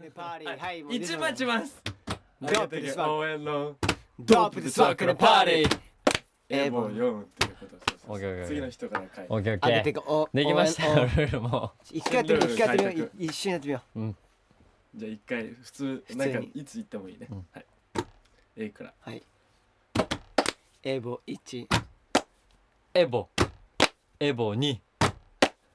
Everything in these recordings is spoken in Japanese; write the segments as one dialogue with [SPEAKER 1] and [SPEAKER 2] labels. [SPEAKER 1] でパーリー。はい、もう
[SPEAKER 2] 一番一番です
[SPEAKER 1] ドープでスワッ
[SPEAKER 3] 応援の
[SPEAKER 1] グ。ドープでスワッグのパーリー。え
[SPEAKER 3] え
[SPEAKER 1] ー
[SPEAKER 3] も
[SPEAKER 1] も
[SPEAKER 3] う
[SPEAKER 1] う
[SPEAKER 3] 読むっていうことそうそう
[SPEAKER 2] オッケーオッケーオッケー
[SPEAKER 3] 次の人から書いて
[SPEAKER 2] オッケーオッ
[SPEAKER 1] あ、
[SPEAKER 2] ケ
[SPEAKER 1] て
[SPEAKER 2] ー
[SPEAKER 1] か、お、
[SPEAKER 2] できました
[SPEAKER 1] お
[SPEAKER 2] よルールも
[SPEAKER 1] 一回やってみよ う、一回やってみよう、一瞬やってみよう。
[SPEAKER 3] じゃあ一回普通
[SPEAKER 1] 通に
[SPEAKER 3] なんかいつ言ってもいいね
[SPEAKER 2] うん
[SPEAKER 3] はい A から
[SPEAKER 1] はい。英語一。
[SPEAKER 2] エボエボ2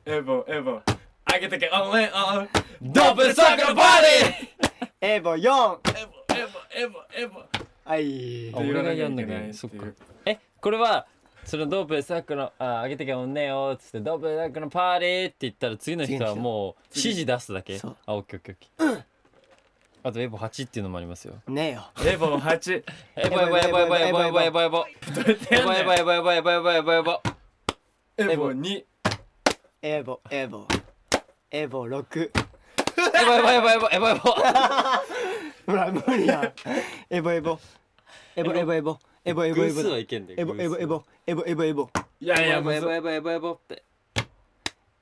[SPEAKER 3] エボエボあげてけ応援応援
[SPEAKER 2] ドープでスワッグのパーリー
[SPEAKER 1] 英語四。
[SPEAKER 3] エボエボエボエボ
[SPEAKER 1] はい
[SPEAKER 2] あ。俺がやんなきゃいけない
[SPEAKER 3] そっか
[SPEAKER 2] そっえこれはそのドープでスワッグのあ上げてきゃおんねよっつってドープでスワッグのパーリーって言ったら次の人はもう指
[SPEAKER 3] 次の
[SPEAKER 2] 示出すだけ
[SPEAKER 1] そう
[SPEAKER 2] あオッケーオッケーオッケーあとエボ8っていうのもありますよ
[SPEAKER 1] ねえよ。
[SPEAKER 3] エボ八
[SPEAKER 2] エボエボエボエボエボエボエボエボエボエボエボエボエボエボエボエボ
[SPEAKER 3] エボ二
[SPEAKER 1] 英語、英語。英語六。
[SPEAKER 2] エボエボエボエボエボエボ
[SPEAKER 1] ほら、無理や。英語、英語。英語、英語、英語。英語、英語、英
[SPEAKER 2] 偶数
[SPEAKER 1] 語。
[SPEAKER 2] はいけんだよ
[SPEAKER 1] 英語、英語、英語。英語、英語、英語。
[SPEAKER 3] いやい
[SPEAKER 2] エ
[SPEAKER 3] や
[SPEAKER 2] ボ
[SPEAKER 3] も
[SPEAKER 2] エボ
[SPEAKER 3] う
[SPEAKER 2] エボエボエボって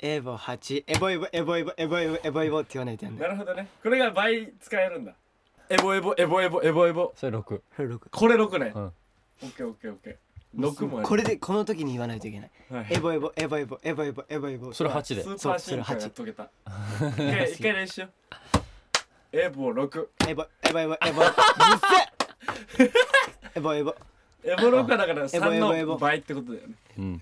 [SPEAKER 1] エボ8エボエボエボエボエボエボエボエボって言わないとやん
[SPEAKER 3] な
[SPEAKER 1] ね
[SPEAKER 3] るほどねこれが倍使えるんだエボエボエボエボエボエボ
[SPEAKER 2] それ6
[SPEAKER 3] これ六ね
[SPEAKER 2] うん
[SPEAKER 3] オッケーオッケーオッケー六もある
[SPEAKER 1] これでこの時に言わないといけない
[SPEAKER 3] はい
[SPEAKER 1] エボエボエボエボエボエボエボエボ
[SPEAKER 2] それ8
[SPEAKER 3] ス
[SPEAKER 2] で
[SPEAKER 3] ー
[SPEAKER 1] そ
[SPEAKER 3] パ
[SPEAKER 1] う
[SPEAKER 3] ー
[SPEAKER 1] そ
[SPEAKER 3] シ
[SPEAKER 1] れ
[SPEAKER 3] ンカー
[SPEAKER 1] 八
[SPEAKER 3] が解 けた。一回一回練習。エボ六。
[SPEAKER 1] エボエボエボエ ボうっせエボエボ
[SPEAKER 3] エボ六はだから
[SPEAKER 1] エボ
[SPEAKER 3] 三
[SPEAKER 1] エボ
[SPEAKER 3] の倍ってことだよね。
[SPEAKER 2] うん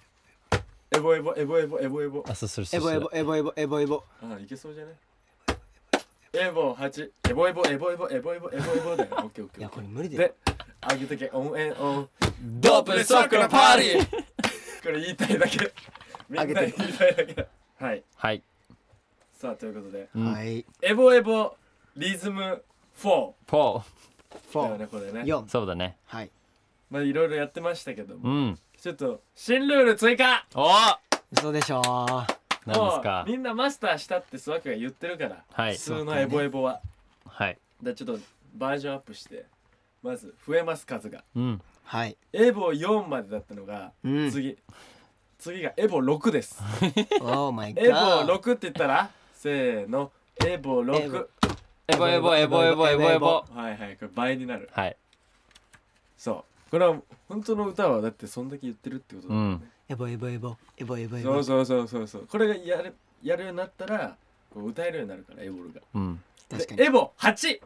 [SPEAKER 3] エボエボエボエボエボエボ。
[SPEAKER 2] あそうそれそ
[SPEAKER 1] エ
[SPEAKER 2] れ
[SPEAKER 1] ボ
[SPEAKER 2] そ
[SPEAKER 1] エ
[SPEAKER 2] れ
[SPEAKER 1] ボエボエボエボエボ
[SPEAKER 3] あいけそうじゃない。エボ八。エボエボエボエボエボエボエボエ ボだよ。オッケー
[SPEAKER 1] い
[SPEAKER 3] オッケー
[SPEAKER 1] や
[SPEAKER 3] オッ
[SPEAKER 1] こ
[SPEAKER 3] ケ
[SPEAKER 1] れ無理
[SPEAKER 3] ー。
[SPEAKER 1] だよ
[SPEAKER 3] で、あげてけオンエンオン。
[SPEAKER 2] ドープでスワッグのパーリー
[SPEAKER 3] これ言いたいだけ。みんな
[SPEAKER 1] 上げ
[SPEAKER 3] 言い
[SPEAKER 1] て
[SPEAKER 3] たいだけ。はい。
[SPEAKER 2] はい
[SPEAKER 3] さあということで、
[SPEAKER 2] うん
[SPEAKER 1] はい
[SPEAKER 3] エボエボリズム4
[SPEAKER 2] ポ
[SPEAKER 3] だよね
[SPEAKER 1] 4
[SPEAKER 3] これね。
[SPEAKER 1] 四
[SPEAKER 2] ーそうだね
[SPEAKER 1] はい
[SPEAKER 3] まあいろいろやってましたけど
[SPEAKER 2] う
[SPEAKER 3] も、
[SPEAKER 2] ん
[SPEAKER 3] ちょっと新ルール追加。
[SPEAKER 2] おー
[SPEAKER 1] 嘘でしょ
[SPEAKER 2] 何です
[SPEAKER 3] も
[SPEAKER 2] か
[SPEAKER 3] うみんなマスターしたってスワックが言ってるから、
[SPEAKER 2] はい
[SPEAKER 3] 普通のエボエボは、
[SPEAKER 2] はい
[SPEAKER 3] だからちょっとバージョンアップしてまず増えます数が
[SPEAKER 2] うん
[SPEAKER 1] はい
[SPEAKER 3] エボ4までだったのが、
[SPEAKER 1] うん
[SPEAKER 3] 次次がエボ6です
[SPEAKER 1] オーマイガ
[SPEAKER 3] エボ
[SPEAKER 1] ー
[SPEAKER 3] 6って言ったらせーのエ
[SPEAKER 1] エ
[SPEAKER 3] ボ
[SPEAKER 1] ボ
[SPEAKER 3] 6
[SPEAKER 2] エボエボエボエボエボエボ
[SPEAKER 3] はいはいこれ倍になる
[SPEAKER 2] はい
[SPEAKER 3] そうこれは本当の歌はだってそんだけ言ってるってことだ
[SPEAKER 2] う
[SPEAKER 3] もね、
[SPEAKER 2] ん
[SPEAKER 1] エボエボエボエボエボエ
[SPEAKER 3] そ
[SPEAKER 1] ボ
[SPEAKER 3] うそうそうそうそうこれがやるやるようになったらこう歌えるようになるからエボルが
[SPEAKER 2] うん
[SPEAKER 1] 確かに
[SPEAKER 3] エボ8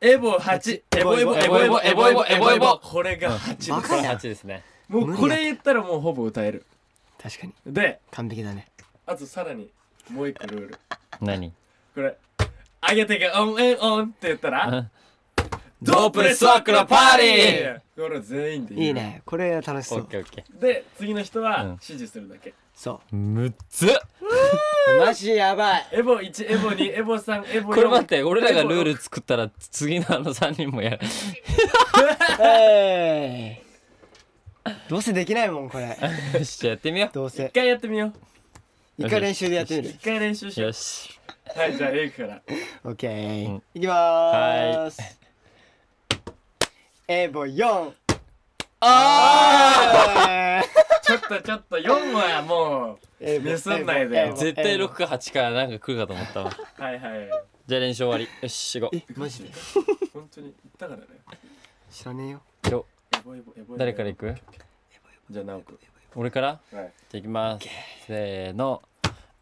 [SPEAKER 3] エボ8エボエボエボエボエボエボエボエボこれが
[SPEAKER 1] バカ
[SPEAKER 3] 8
[SPEAKER 1] じゃん
[SPEAKER 2] 8ですね
[SPEAKER 3] もうこれ言ったらもうほぼ歌える
[SPEAKER 1] 確かに
[SPEAKER 3] で
[SPEAKER 1] 完璧だね
[SPEAKER 3] あとさらにもう一個ルール
[SPEAKER 2] 何
[SPEAKER 3] これ上げてけオンエンオンって言ったら
[SPEAKER 2] ドープでスワッグのパーリー
[SPEAKER 3] これ全員で言う
[SPEAKER 1] いいねこれ楽しそ
[SPEAKER 2] オッ
[SPEAKER 1] う
[SPEAKER 2] ケーオッケー
[SPEAKER 3] で次の人
[SPEAKER 2] うん
[SPEAKER 3] は指示するだけ
[SPEAKER 1] そ
[SPEAKER 2] むっつ
[SPEAKER 1] うマジやばい
[SPEAKER 3] エボ1エボ2エボ3エボ4
[SPEAKER 2] これ待って俺らがルール作ったら次のあの3人も やる
[SPEAKER 1] えいどうせできないもんこれ
[SPEAKER 2] よしじゃあやってみよ
[SPEAKER 1] どう
[SPEAKER 3] 一
[SPEAKER 1] せ
[SPEAKER 3] 回やってみよう
[SPEAKER 1] 一回練習でやってみる
[SPEAKER 3] 一回練習し
[SPEAKER 2] う
[SPEAKER 3] よう
[SPEAKER 2] よし
[SPEAKER 3] はいじゃあエイクから
[SPEAKER 1] オッケ
[SPEAKER 2] う
[SPEAKER 1] ー
[SPEAKER 2] ん
[SPEAKER 1] いきまーすエボ4
[SPEAKER 2] あ
[SPEAKER 3] ちょっとちょっと4はもう
[SPEAKER 1] エボ
[SPEAKER 3] ミスんないで
[SPEAKER 1] エボエ
[SPEAKER 2] あ
[SPEAKER 1] ボ
[SPEAKER 2] 絶対6か8かなんか来るかと思ったわ
[SPEAKER 3] はいはい
[SPEAKER 2] じゃあ練習終わりよし行こ
[SPEAKER 1] えマジで
[SPEAKER 3] 本当に言ったからね
[SPEAKER 1] 知らねえよ
[SPEAKER 2] うよ
[SPEAKER 3] エボエボエボ
[SPEAKER 2] 誰から行く
[SPEAKER 3] じゃあ直く
[SPEAKER 2] 俺から
[SPEAKER 3] はい
[SPEAKER 2] じゃあ行きますせーの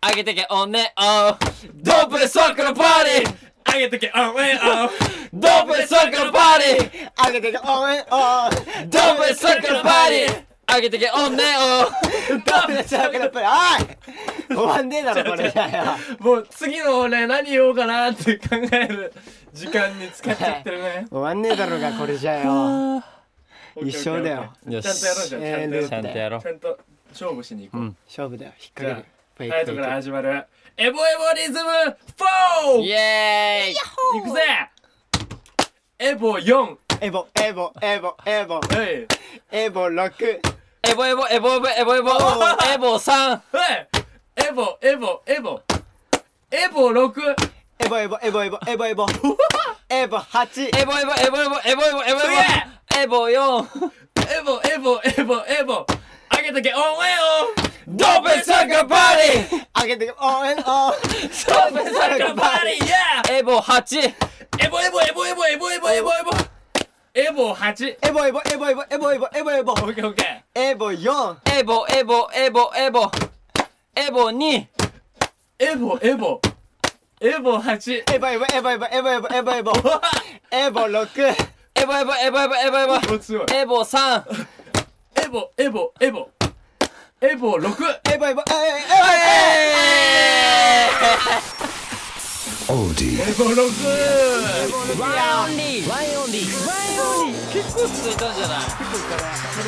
[SPEAKER 2] あげてけおねおドープでスワックのパーティー
[SPEAKER 3] あげてけあウェイあ
[SPEAKER 2] ドープでスワックのパーティー
[SPEAKER 1] あげてけ応援おー
[SPEAKER 2] ドープでスワックのパーティーあげてけおねお
[SPEAKER 1] ダメだちゃうからやっぱりおい終わんねえだろこれじゃあ
[SPEAKER 3] もう次の俺何言おうかなって考える時間に使っちゃってる ね
[SPEAKER 1] 終わんねえだろうがこれじゃよ一緒だよ
[SPEAKER 3] OK OK OK ちゃんとやろうじゃんちゃんとやろう
[SPEAKER 2] ちゃんとやろう
[SPEAKER 3] ちゃんと勝負しに行こう、
[SPEAKER 2] うん
[SPEAKER 1] 勝負だよ引っ掛ける
[SPEAKER 3] はいとこから
[SPEAKER 1] い
[SPEAKER 3] 始まるエボエボリズム 4!
[SPEAKER 2] イエーイ
[SPEAKER 3] いくぜエボ4
[SPEAKER 1] エボエボエボエボ
[SPEAKER 3] おい
[SPEAKER 1] エボ6
[SPEAKER 2] エボエボエボエボエボエボエボ3
[SPEAKER 3] おいエボエボエボエボ6
[SPEAKER 1] エボエボエボエボエボエ ボエボ8
[SPEAKER 2] エボエボエボエボエボエボエボエボエボ4
[SPEAKER 3] エボエボエボエボあげとけオンエ
[SPEAKER 2] ドープでスワックのパーティー
[SPEAKER 1] 上げて応援を
[SPEAKER 2] ドープでスワックのパーティーボ八。
[SPEAKER 3] エボエボエボエボエボエボエボエボエボ8
[SPEAKER 1] エボエボエボエボエボエボエボエボ
[SPEAKER 3] オッケーオッケ
[SPEAKER 1] エボ4
[SPEAKER 2] エボエボエボエボ。エボ二。
[SPEAKER 3] ーエボエボエボ8
[SPEAKER 1] エボエボエボエボエボエボエボエボエボ6
[SPEAKER 2] エボエボエボエボエボエボ。
[SPEAKER 3] おすごい
[SPEAKER 2] エボ三。
[SPEAKER 3] エボエボエボエボ6
[SPEAKER 1] エボエボえ
[SPEAKER 2] え
[SPEAKER 3] エボ6
[SPEAKER 2] ー。ワンオンリー。ワンオンリー。ワンオンリー。結構続いたんじゃない。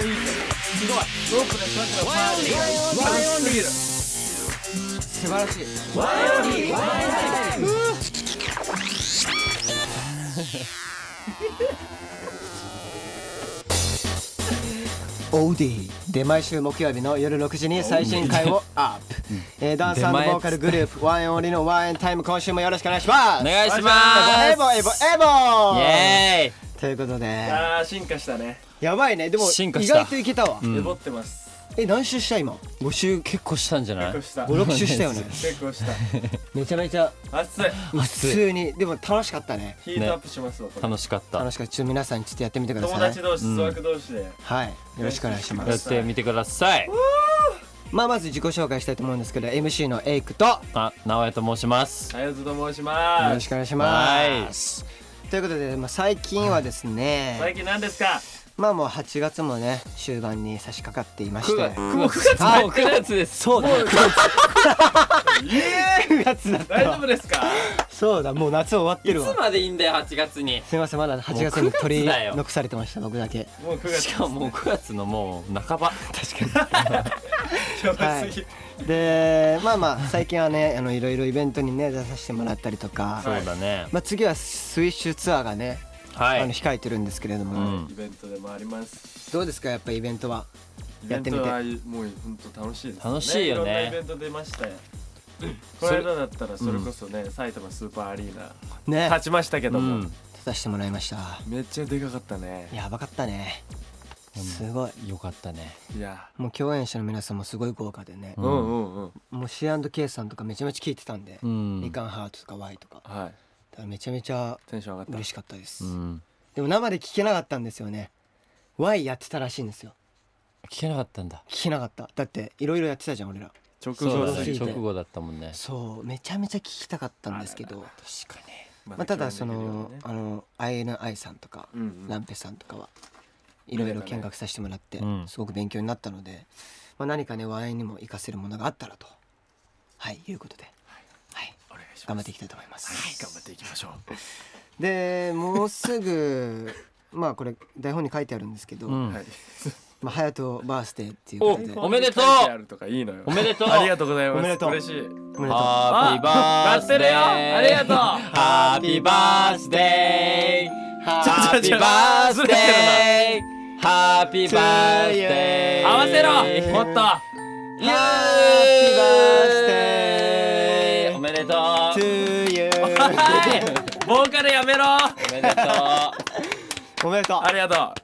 [SPEAKER 3] ロープで座ったらパーリー
[SPEAKER 2] ワンオン
[SPEAKER 3] 楽しす
[SPEAKER 2] リー
[SPEAKER 3] ぎる
[SPEAKER 1] 素晴らしいオーディで毎週木曜日の夜6時に最新回をアップ、えー、ダンスボーカルグルー プワンエンオンリーのワンエンタイム今週もよろしくお願いします
[SPEAKER 2] お願いします。
[SPEAKER 1] エボエボエボ
[SPEAKER 2] イ
[SPEAKER 1] エ
[SPEAKER 2] エーイ。
[SPEAKER 1] ボということで
[SPEAKER 3] あー進化したね
[SPEAKER 1] やばいねでも
[SPEAKER 2] 進化
[SPEAKER 1] 意
[SPEAKER 2] した
[SPEAKER 1] 外といけたわ、
[SPEAKER 3] エボってます
[SPEAKER 1] え何周した今
[SPEAKER 2] 五周結構したんじゃない
[SPEAKER 3] 結構した
[SPEAKER 1] 56周したよね
[SPEAKER 3] 結構した
[SPEAKER 1] めちゃめちゃ
[SPEAKER 3] 熱い
[SPEAKER 1] 普通にでも楽しかったね
[SPEAKER 3] ヒートアップしますわこれ
[SPEAKER 2] 楽しかった。
[SPEAKER 1] 楽しかったちょっと皆さんちょっとやってみてくだ
[SPEAKER 3] 友
[SPEAKER 1] さい
[SPEAKER 3] 達同士スワーク同士で
[SPEAKER 1] はいよろしくお願いしま
[SPEAKER 2] や
[SPEAKER 1] す
[SPEAKER 2] ってみてください。
[SPEAKER 1] まあまず自己紹介したいと思うんですけど MC のエイクとよ
[SPEAKER 2] あ、直江と申します。
[SPEAKER 3] あやずと申しま
[SPEAKER 1] ろ
[SPEAKER 3] す
[SPEAKER 1] しくお願いしますということで、まあ、最近はですね
[SPEAKER 3] 最近何ですか
[SPEAKER 1] まあもう8月もね終盤に差し掛かっていまし
[SPEAKER 2] 九
[SPEAKER 1] て
[SPEAKER 2] 月、もう九月、
[SPEAKER 1] はい
[SPEAKER 2] もう九月です。
[SPEAKER 1] そうだ
[SPEAKER 3] え
[SPEAKER 1] 9月だっ
[SPEAKER 3] 大
[SPEAKER 1] た
[SPEAKER 3] 丈
[SPEAKER 1] わ
[SPEAKER 3] 夫ですか
[SPEAKER 1] そうだもう夏終わって
[SPEAKER 2] い
[SPEAKER 1] るわ
[SPEAKER 2] つまでいいんだよ、八月に。
[SPEAKER 1] すいませんまだ8月に取り
[SPEAKER 2] もう九月だよ
[SPEAKER 1] 残されてました僕だけ
[SPEAKER 3] もう9
[SPEAKER 2] し
[SPEAKER 3] 月
[SPEAKER 2] かももう九月のもう半ば。
[SPEAKER 1] 確か
[SPEAKER 3] やばすぎ
[SPEAKER 1] にでまあまあ最近はねあのいろいろイベントにね出させてもらったりとか
[SPEAKER 2] そうだね。
[SPEAKER 1] まあ、次はスイッシュツアーがね、
[SPEAKER 2] は
[SPEAKER 1] あの
[SPEAKER 2] い。
[SPEAKER 1] 控えてるんですけれども、
[SPEAKER 2] うん
[SPEAKER 3] イベントでもあります
[SPEAKER 1] どうですかやっぱイベントは
[SPEAKER 3] イベ
[SPEAKER 1] やっ
[SPEAKER 3] ン
[SPEAKER 1] て
[SPEAKER 3] ト
[SPEAKER 1] みて
[SPEAKER 3] はもう本当楽しいです
[SPEAKER 2] 楽しい
[SPEAKER 3] ろ
[SPEAKER 2] よね
[SPEAKER 3] んなイベント出ましたよこの間だったらそれこそね埼玉スーパーアリーナ
[SPEAKER 1] ね
[SPEAKER 3] 勝ちましたけ
[SPEAKER 2] う
[SPEAKER 3] ども
[SPEAKER 2] ん。
[SPEAKER 1] 立たせてもらいました
[SPEAKER 3] めっちゃでかかったね
[SPEAKER 1] やばかったねすごい
[SPEAKER 2] よかったね。
[SPEAKER 3] いや
[SPEAKER 1] もう共演者の皆さんもすごい豪華でね
[SPEAKER 2] う
[SPEAKER 3] うんんうんうん
[SPEAKER 1] もう C&K さんとかめちゃめちゃ聞いてたんで
[SPEAKER 2] う
[SPEAKER 1] 「リ
[SPEAKER 2] ん。
[SPEAKER 1] カンハート」とか「Y」とかだか
[SPEAKER 3] はい
[SPEAKER 1] らめちゃめちゃ
[SPEAKER 3] テンション上が
[SPEAKER 1] 嬉
[SPEAKER 3] っ
[SPEAKER 1] しかったです
[SPEAKER 2] うん。
[SPEAKER 1] でも生で聞けなかったんですよね Y やってたらしいんですよ
[SPEAKER 2] 聞けなかったんだ。
[SPEAKER 1] 聞けなかっただっていろいろやってたじゃん俺ら
[SPEAKER 3] た直
[SPEAKER 2] そう
[SPEAKER 3] 後
[SPEAKER 2] だ
[SPEAKER 1] そ
[SPEAKER 3] す
[SPEAKER 1] う
[SPEAKER 2] ね。
[SPEAKER 3] ぎ
[SPEAKER 1] だね
[SPEAKER 2] 直後だったもんね。
[SPEAKER 1] そうめちゃめちゃ聞きたかったんですけど
[SPEAKER 2] 確かに。
[SPEAKER 1] まあ、ただその、あの INI さんとか、
[SPEAKER 3] うんうん
[SPEAKER 1] ランペさんとかはいろいろ見学させてもらって、
[SPEAKER 2] うん
[SPEAKER 1] すごく勉強になったので、まあ、何かねワインにも活かせるものがあったらとはいいうことで、はい、
[SPEAKER 3] お願いします
[SPEAKER 1] 頑張っていきたいと思います、
[SPEAKER 3] はい頑張っていきましょ
[SPEAKER 1] でもうすぐ まあこれ台本に書いてあるんですけど「
[SPEAKER 2] うん
[SPEAKER 3] うはい
[SPEAKER 1] まあ、ハヤトバースデー」っていうことで
[SPEAKER 2] おおめでとう
[SPEAKER 3] 書いてあるとかいいのよ
[SPEAKER 2] おめでとう
[SPEAKER 3] ありがとうございます
[SPEAKER 1] おめでとう
[SPEAKER 3] 嬉しい
[SPEAKER 1] おめでとう
[SPEAKER 2] ハッピーバースデー
[SPEAKER 3] あやってるよありがとう
[SPEAKER 2] ハッピーバースデーハッピーバースデーハッピーバースデー
[SPEAKER 3] 合わせろ
[SPEAKER 2] ハッ
[SPEAKER 3] もっと
[SPEAKER 2] ピー
[SPEAKER 1] ハッピーバースデー
[SPEAKER 2] おめでとう
[SPEAKER 1] To you
[SPEAKER 3] はいボーカルやめろ
[SPEAKER 2] おめでと
[SPEAKER 1] おめでとう
[SPEAKER 3] ありがと
[SPEAKER 2] う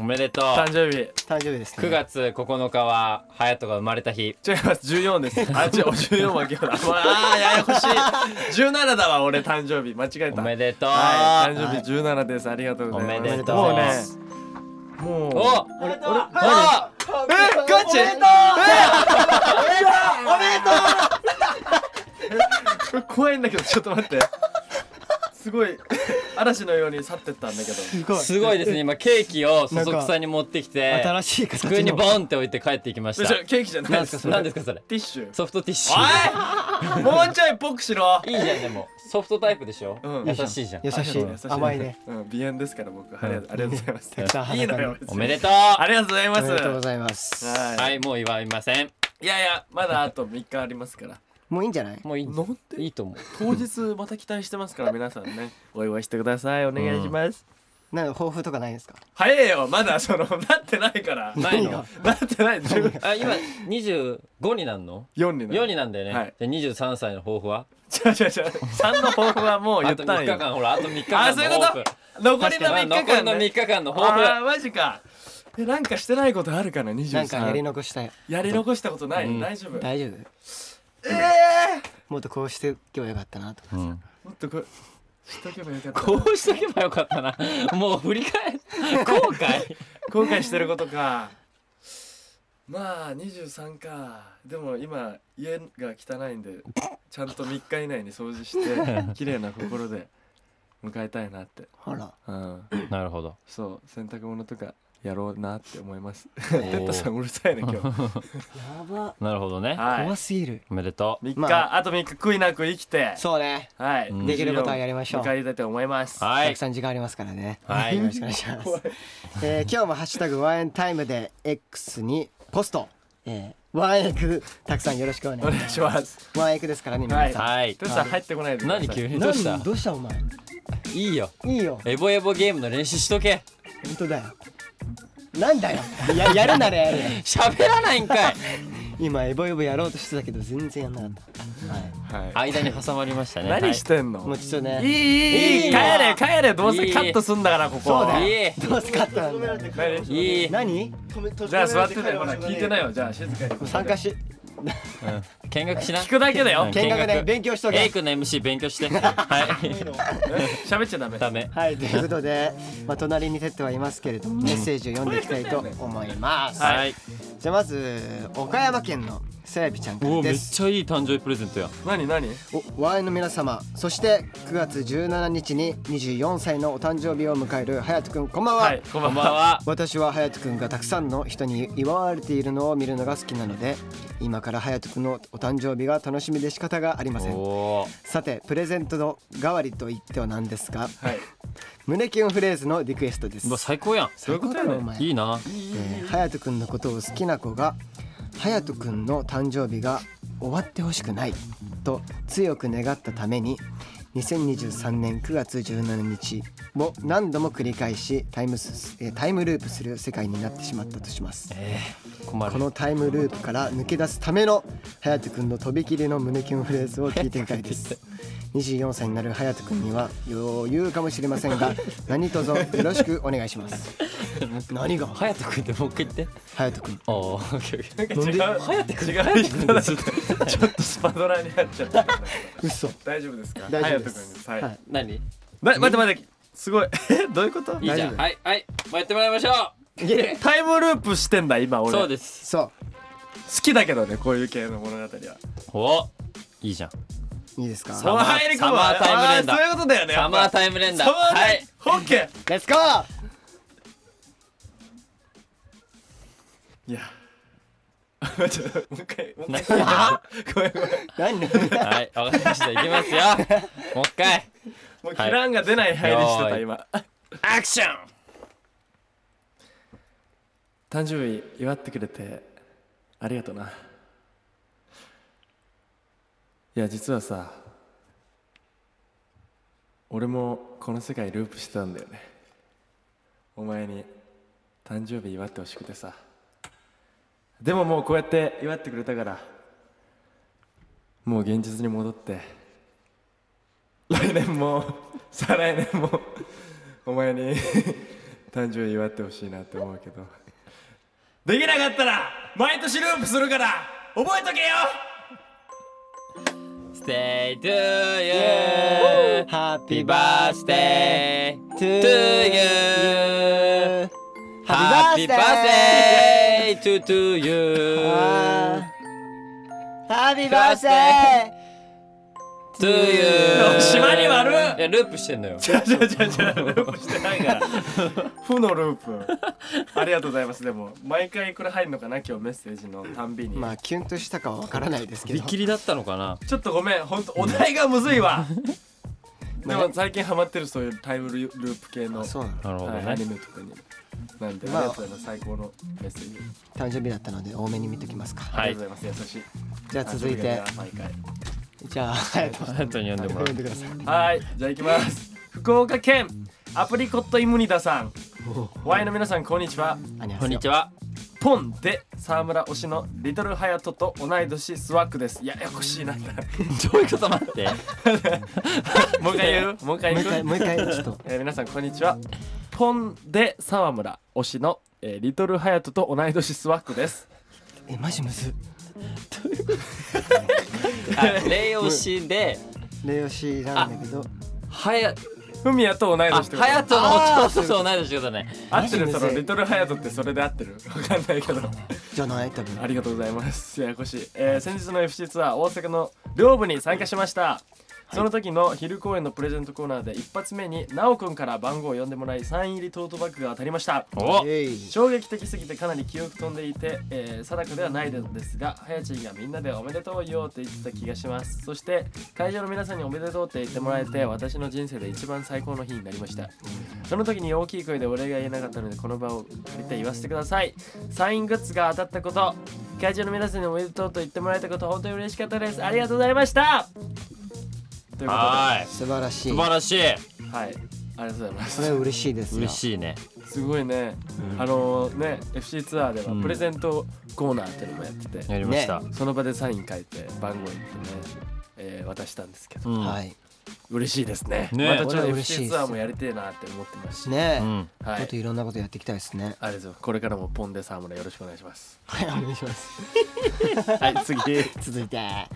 [SPEAKER 2] おめでとう
[SPEAKER 3] う誕生日
[SPEAKER 1] 誕生日ですね
[SPEAKER 2] 9月9日は隼人が生まれた日
[SPEAKER 3] 違います14です あ違う14は今日だ、まあ、あーややこしい17だわ俺誕生日間違え
[SPEAKER 2] お
[SPEAKER 3] た
[SPEAKER 2] めでとう
[SPEAKER 3] はい誕生日17ですありがとうございます
[SPEAKER 2] おめで
[SPEAKER 1] とう
[SPEAKER 3] もうねもう
[SPEAKER 2] お
[SPEAKER 3] 俺俺
[SPEAKER 2] あ
[SPEAKER 3] えガチこれ怖いんだけどちょっと待ってすごい嵐のように去ってったんだ けど
[SPEAKER 1] すごい
[SPEAKER 2] すごいですね今ケーキをそそくさに持ってきて
[SPEAKER 1] 新しい形の
[SPEAKER 2] 机にボンって置いて帰っていきまし
[SPEAKER 3] ちょ
[SPEAKER 2] た
[SPEAKER 3] ケーキじゃない
[SPEAKER 2] 何
[SPEAKER 3] で
[SPEAKER 2] です
[SPEAKER 3] す
[SPEAKER 2] か何ですかそれ
[SPEAKER 3] ティッシュ
[SPEAKER 2] ソフトティッシュ
[SPEAKER 3] おいもうちょいぽくしろ
[SPEAKER 2] いいじゃんでもソフトタイプでしょ
[SPEAKER 3] うん
[SPEAKER 2] 優しいじゃん
[SPEAKER 1] 優しい甘いね
[SPEAKER 3] うん鼻炎ですから僕ありがありがとうございます
[SPEAKER 1] たくさん
[SPEAKER 3] いい
[SPEAKER 1] 裸
[SPEAKER 3] の
[SPEAKER 1] に
[SPEAKER 3] よ別に
[SPEAKER 2] おめでとう
[SPEAKER 3] ありがとうございま
[SPEAKER 1] おめでとうご
[SPEAKER 3] す
[SPEAKER 1] ざいます
[SPEAKER 3] は
[SPEAKER 2] はいいもう祝いません
[SPEAKER 3] いやいやまだあと3日ありますから
[SPEAKER 1] もういいんじゃない
[SPEAKER 2] もういい
[SPEAKER 3] なん
[SPEAKER 2] い
[SPEAKER 3] で
[SPEAKER 2] いと思う
[SPEAKER 3] 当日また期待してますから皆さんねお祝いしてくださいお願いします
[SPEAKER 1] なんか抱負とかないですか
[SPEAKER 3] 早えよまだそのなってないから
[SPEAKER 2] ない
[SPEAKER 1] 何
[SPEAKER 2] の
[SPEAKER 1] が
[SPEAKER 3] なってない14
[SPEAKER 2] あ今25になんの
[SPEAKER 3] になる
[SPEAKER 2] 4になんだよね、
[SPEAKER 3] はい
[SPEAKER 2] で23歳の抱負は
[SPEAKER 3] 違う違う違う3の抱負はもう言
[SPEAKER 2] あ
[SPEAKER 3] っ
[SPEAKER 2] と
[SPEAKER 3] た
[SPEAKER 2] 3
[SPEAKER 3] ん
[SPEAKER 2] 日
[SPEAKER 3] よ
[SPEAKER 2] 間ほらあと3日
[SPEAKER 3] あ
[SPEAKER 2] 間
[SPEAKER 3] ーそう
[SPEAKER 2] の
[SPEAKER 3] いう
[SPEAKER 2] 抱
[SPEAKER 3] こ
[SPEAKER 2] 負
[SPEAKER 3] と残りの
[SPEAKER 2] まあ
[SPEAKER 3] 3日
[SPEAKER 2] 残り
[SPEAKER 3] 間
[SPEAKER 2] の
[SPEAKER 3] ね
[SPEAKER 2] 3日間の
[SPEAKER 3] あ
[SPEAKER 2] 抱
[SPEAKER 3] あマジかえなんかしてないことあるかな23
[SPEAKER 1] なんかやり残したい
[SPEAKER 3] やり残したことない、
[SPEAKER 2] うん
[SPEAKER 3] 大丈夫
[SPEAKER 1] 大丈夫
[SPEAKER 3] ええ
[SPEAKER 1] もっとこうして今日よかったなとか
[SPEAKER 2] 負、うん
[SPEAKER 3] もっとこれしとけばよかった
[SPEAKER 2] こうしとけばよかったなもう振り返っ後 悔
[SPEAKER 3] 後悔してることかまあ23かでも今家が汚いんでちゃんと3日以内に掃除して綺麗な心で迎えたいなって
[SPEAKER 1] ほら
[SPEAKER 3] うん
[SPEAKER 2] なるほど
[SPEAKER 3] そう洗濯物とかやろうなって思います
[SPEAKER 2] お
[SPEAKER 3] テッタさん
[SPEAKER 2] ー
[SPEAKER 3] うるさいね今日
[SPEAKER 1] やば
[SPEAKER 2] なるほどね
[SPEAKER 3] は
[SPEAKER 1] 怖すぎる
[SPEAKER 2] おめでと
[SPEAKER 3] い3日、
[SPEAKER 1] まあ
[SPEAKER 3] あと3日悔いなく生きて
[SPEAKER 1] そうね
[SPEAKER 3] はい、
[SPEAKER 2] うん
[SPEAKER 1] できることはやりましょう
[SPEAKER 3] 迎えたいと思います
[SPEAKER 2] うは
[SPEAKER 1] た
[SPEAKER 2] い
[SPEAKER 1] くさん時間ありますからね
[SPEAKER 2] はい
[SPEAKER 1] よろしくお願いしますえー今日もハッシュタグワンエンタイムで X にポスト、えー、ワンエクたくさんよろしくお願い
[SPEAKER 3] お願いします
[SPEAKER 1] ワンエクですからね皆さん、
[SPEAKER 2] はい
[SPEAKER 3] テッタさん入ってこないでください
[SPEAKER 2] 何急にど
[SPEAKER 1] な
[SPEAKER 2] うんした
[SPEAKER 1] どうしたお前
[SPEAKER 2] いいよ
[SPEAKER 1] いいよ
[SPEAKER 2] エボエボゲームの練習しとけ
[SPEAKER 1] 本当だよなんだよや やるならやるよ
[SPEAKER 2] 喋らないんかい
[SPEAKER 1] 今エボエボやろうとしてたけど全然やんなかった、はい、
[SPEAKER 3] は
[SPEAKER 2] 間に挟まりました
[SPEAKER 3] い、
[SPEAKER 2] ね
[SPEAKER 3] 何してんの、
[SPEAKER 1] もうちょっと
[SPEAKER 3] いい
[SPEAKER 1] ね
[SPEAKER 3] いいい
[SPEAKER 2] いい
[SPEAKER 3] い帰
[SPEAKER 2] よ
[SPEAKER 3] れ帰れどう
[SPEAKER 2] いい
[SPEAKER 3] せカットすんだからここ
[SPEAKER 1] そうだよ
[SPEAKER 2] いい
[SPEAKER 1] どうすかったんだよ
[SPEAKER 3] 帰れ
[SPEAKER 2] いいい
[SPEAKER 1] 何
[SPEAKER 3] じゃあ座っててほら聞いてないわじゃあ静かに
[SPEAKER 1] 参加し
[SPEAKER 2] うん見学しな
[SPEAKER 3] 聞くだけだ よ
[SPEAKER 2] うん
[SPEAKER 1] 見学で勉強しと
[SPEAKER 2] エ
[SPEAKER 1] け
[SPEAKER 2] イ君の MC 勉強してはい
[SPEAKER 3] 喋っちゃダメ
[SPEAKER 2] ダメ
[SPEAKER 1] はいということで、まあ、隣にテッドはいますけれどもメッセージを読んでいきたいと思います、
[SPEAKER 2] はい
[SPEAKER 1] じゃあまず岡山県のさやびちゃんか
[SPEAKER 2] お
[SPEAKER 1] ら
[SPEAKER 2] おめ
[SPEAKER 1] で
[SPEAKER 2] っ
[SPEAKER 1] す
[SPEAKER 2] ちゃいい誕生日プレゼントや
[SPEAKER 3] 何何
[SPEAKER 1] おワインの皆様そして9月17日に24歳のお誕生日を迎えるはやとくんこんばんは、
[SPEAKER 3] はいこんば
[SPEAKER 2] こん
[SPEAKER 3] ん
[SPEAKER 2] ばん
[SPEAKER 3] は
[SPEAKER 2] は
[SPEAKER 1] 私ははやとくんがたくさんの人に祝われているのを見るのが好きなので今からはやとくんのお誕生日が楽しみで仕方がありません
[SPEAKER 2] おー
[SPEAKER 1] さてプレゼントの代わりと言ってはなんですが
[SPEAKER 3] はい
[SPEAKER 1] 胸キュンフレーズのリクエストです
[SPEAKER 2] うわ最高やん
[SPEAKER 1] そういうことやねお前
[SPEAKER 2] いいな
[SPEAKER 1] えーはやとくんのことを好きな子がはやとくんの誕生日が終わってほしくないと強く願ったために2023年9月17日を何度も繰り返しタイムスえータイムループする世界になってしまったとします
[SPEAKER 2] えー困
[SPEAKER 1] こ
[SPEAKER 2] る
[SPEAKER 1] のタイムループから抜け出すためのはやとくんのとびきりの胸キュンフレーズを聞いてみたいです24歳になるはやとくんには余裕かもしれません が何卒よろしくお願いします何が
[SPEAKER 2] ハヤト君ってもう一回言って
[SPEAKER 1] はやとくん
[SPEAKER 2] おおオッケーオッケー
[SPEAKER 3] 違う違う人だちょっとスパドラになっちゃった
[SPEAKER 1] 嘘
[SPEAKER 3] 大丈夫ですか
[SPEAKER 1] 大丈夫です
[SPEAKER 3] 隼人君
[SPEAKER 1] は
[SPEAKER 3] はいい
[SPEAKER 2] 何いい
[SPEAKER 3] ま待って待ってすごい えどういうこと
[SPEAKER 2] じ
[SPEAKER 1] 大
[SPEAKER 2] ゃ
[SPEAKER 1] 丈
[SPEAKER 2] ん
[SPEAKER 1] 夫
[SPEAKER 2] はいはいもうやってもらいましょういける
[SPEAKER 3] タイムループしてんだ今俺
[SPEAKER 2] そう
[SPEAKER 3] 好
[SPEAKER 2] です
[SPEAKER 1] そ
[SPEAKER 3] きだけどねこういう系の物語は
[SPEAKER 2] おいいじゃん
[SPEAKER 1] ういいですか
[SPEAKER 2] サマー
[SPEAKER 3] サマー
[SPEAKER 2] サマータイム連
[SPEAKER 3] あ
[SPEAKER 2] 打
[SPEAKER 3] そういうことだよね
[SPEAKER 2] サマー
[SPEAKER 3] イ
[SPEAKER 2] タイム連打
[SPEAKER 3] サマー
[SPEAKER 2] は
[SPEAKER 3] タ
[SPEAKER 2] い
[SPEAKER 3] イムオッケ
[SPEAKER 1] レッツゴー
[SPEAKER 3] ーい やちょっともう一回もう一回ごめんごめん
[SPEAKER 1] 何
[SPEAKER 2] はいわかりましたいきますよもう一回
[SPEAKER 3] もうキランが出ない入りして
[SPEAKER 2] は
[SPEAKER 3] た
[SPEAKER 2] い
[SPEAKER 3] 今
[SPEAKER 2] アクション
[SPEAKER 3] 誕生日祝ってくれてありがとな。いや実はさ俺もこの世界ループしてたんだよねお前に誕生日祝ってほしくてさでももうこうやって祝ってくれたからもう現実に戻って来年も再来年もお前に誕生日祝ってほしいなって思うけどできなかったら毎年ループするから覚えとけよ
[SPEAKER 2] Stay to you
[SPEAKER 1] Happy
[SPEAKER 2] Happy birthday to you
[SPEAKER 1] Happy
[SPEAKER 2] Happy
[SPEAKER 1] birthday
[SPEAKER 2] birthday to, to you
[SPEAKER 1] Happy birthday
[SPEAKER 2] to you
[SPEAKER 3] 島に悪い
[SPEAKER 2] いやループしてんのよ
[SPEAKER 3] じゃじゃじゃじゃループしてないから負のループありがとうございますでも毎回これ入るのかな今日メッセージのたんびに、
[SPEAKER 1] まあキュンとしたかはわからないですけ
[SPEAKER 2] びっ
[SPEAKER 1] ど
[SPEAKER 2] きりだったのかな
[SPEAKER 3] ちょっとごめん本当お題がむずい わで
[SPEAKER 1] まあ
[SPEAKER 3] も最近ハマってるそういうタイムループ系の
[SPEAKER 1] あそうなの
[SPEAKER 2] なるほど
[SPEAKER 3] はい
[SPEAKER 2] ね、
[SPEAKER 3] アニメとかになんで、
[SPEAKER 1] まあ
[SPEAKER 3] ありがとうございます最高のメッセージ、
[SPEAKER 1] 誕生日だったので多めに見ときますか
[SPEAKER 2] は
[SPEAKER 3] あ
[SPEAKER 2] い
[SPEAKER 3] りがとうございます優しい
[SPEAKER 1] じゃあ続いて
[SPEAKER 3] 誕生日が毎回
[SPEAKER 1] じゃあはい
[SPEAKER 2] ハヤトに呼んでもら
[SPEAKER 1] 読ん
[SPEAKER 2] う
[SPEAKER 1] でください
[SPEAKER 3] はい、じゃあ行きます。福岡県アプリコットイムニダさん。ワイの皆さん、こんにちは。
[SPEAKER 1] あにゃ
[SPEAKER 2] こんにち
[SPEAKER 1] は
[SPEAKER 2] は
[SPEAKER 3] ポンで沢村推しのリトルハヤトと同い年スワックです。ややこし いな。
[SPEAKER 2] どういうこと待って
[SPEAKER 3] もう一回言うもう一回
[SPEAKER 1] もう
[SPEAKER 3] 言
[SPEAKER 1] 一回
[SPEAKER 3] う、
[SPEAKER 1] もう一回ちょっと
[SPEAKER 3] えー皆さん、こんにちは。ポンで沢村推しの、えーリトルハヤトと同い年スワックです。
[SPEAKER 1] えマジむずっ
[SPEAKER 2] あレイオシで
[SPEAKER 1] レヨシなんだけど
[SPEAKER 2] はや
[SPEAKER 3] ふみやと同い
[SPEAKER 2] あ
[SPEAKER 3] 年ってこと
[SPEAKER 2] はやとの弟と同い年だね
[SPEAKER 3] 合ってる
[SPEAKER 1] マジ
[SPEAKER 3] そ
[SPEAKER 1] むずい
[SPEAKER 3] のリトルハヤトってそれで合って るわかんないけど
[SPEAKER 1] じゃない多分
[SPEAKER 3] ありがとうございますややこしい、えー先日の FC ツアー大阪の両部に参加しました、その時の昼公演のプレゼントコーナーで一発目に奈くんから番号を呼んでもらいサイン入りトートバッグが当たりました
[SPEAKER 2] お
[SPEAKER 1] えい
[SPEAKER 3] 衝撃的すぎてかなり記憶飛んでいて、えー定かではないのですがはやちんがみんなでおめでとうよって言ってた気がしますそして会場の皆さんにおめでとうって言ってもらえて私の人生で一番最高の日になりましたその時に大きい声でお礼が言えなかったのでこの場を借りて言わせてくださいサイングッズが当たったこと会場の皆さんにおめでとうと言ってもらえたこと本当に嬉しかったですありがとうございましたということでは
[SPEAKER 2] はーい
[SPEAKER 1] 素晴らしい
[SPEAKER 2] 素晴らしい
[SPEAKER 3] いありがとうございま
[SPEAKER 1] それ
[SPEAKER 3] す
[SPEAKER 1] は嬉しいですよ
[SPEAKER 2] 嬉しいね
[SPEAKER 3] すごいね、あのね FC ツアーではプレゼントコーナーっていうのもやってて、
[SPEAKER 2] やりました、
[SPEAKER 3] その場でサイン書いて番号言ってね、えー渡したんですけど、
[SPEAKER 2] うん
[SPEAKER 1] はい
[SPEAKER 3] 嬉しいですね
[SPEAKER 2] ね
[SPEAKER 3] またちょっ
[SPEAKER 1] ことれは嬉しい
[SPEAKER 3] FC
[SPEAKER 1] です
[SPEAKER 3] ツアーもやりてえなって思ってますし、
[SPEAKER 1] ねえ、
[SPEAKER 2] うん
[SPEAKER 3] は
[SPEAKER 1] ちょ
[SPEAKER 3] い
[SPEAKER 1] っといろんなことやっていきたいですね
[SPEAKER 3] あれですよこれからもポンデサームでよろしくお願いします
[SPEAKER 1] はいお願いします
[SPEAKER 3] はい次
[SPEAKER 1] 続いて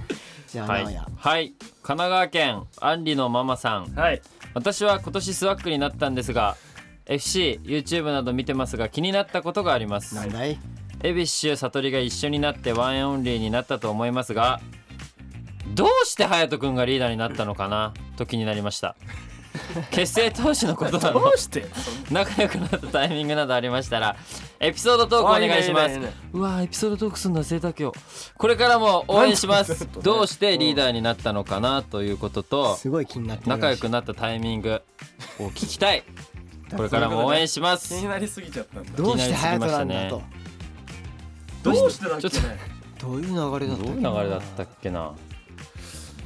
[SPEAKER 1] じゃあ、
[SPEAKER 2] は
[SPEAKER 1] 直
[SPEAKER 2] い
[SPEAKER 1] 哉、
[SPEAKER 2] はい、神奈川県アンリのママさん
[SPEAKER 3] はい
[SPEAKER 2] 私は今年スワックになったんですが FCYouTube など見てますが気になったことがあります
[SPEAKER 1] なんだい
[SPEAKER 2] エビッシュ悟りが一緒になってワンエンオンリーになったと思いますがどうして隼人君がリーダーになったのかなと気になりました結成当時のことな
[SPEAKER 3] ど
[SPEAKER 2] の
[SPEAKER 3] うして
[SPEAKER 2] 仲良くなったタイミングなどありましたらエピソードトークお願いしま
[SPEAKER 3] あ
[SPEAKER 2] す
[SPEAKER 3] いいねいいねいいね
[SPEAKER 2] うわエピソードトークすんの忘れた今日これからも応援しま
[SPEAKER 3] なんかち
[SPEAKER 2] す
[SPEAKER 3] ょっとね
[SPEAKER 2] どうしてリーダーになったのかなということと
[SPEAKER 1] すごい気になってるらしい
[SPEAKER 2] 仲良くなったタイミングを聞きたいこれからも応援しま
[SPEAKER 3] 気
[SPEAKER 2] す
[SPEAKER 3] になりすぎちゃったんだ
[SPEAKER 1] どうして隼人なんだと、
[SPEAKER 3] どうしてだっけ
[SPEAKER 2] ちょっ
[SPEAKER 3] ね
[SPEAKER 1] どういう流れだ
[SPEAKER 2] ど
[SPEAKER 1] ったっ
[SPEAKER 2] う
[SPEAKER 1] け
[SPEAKER 2] いう流れだったっけな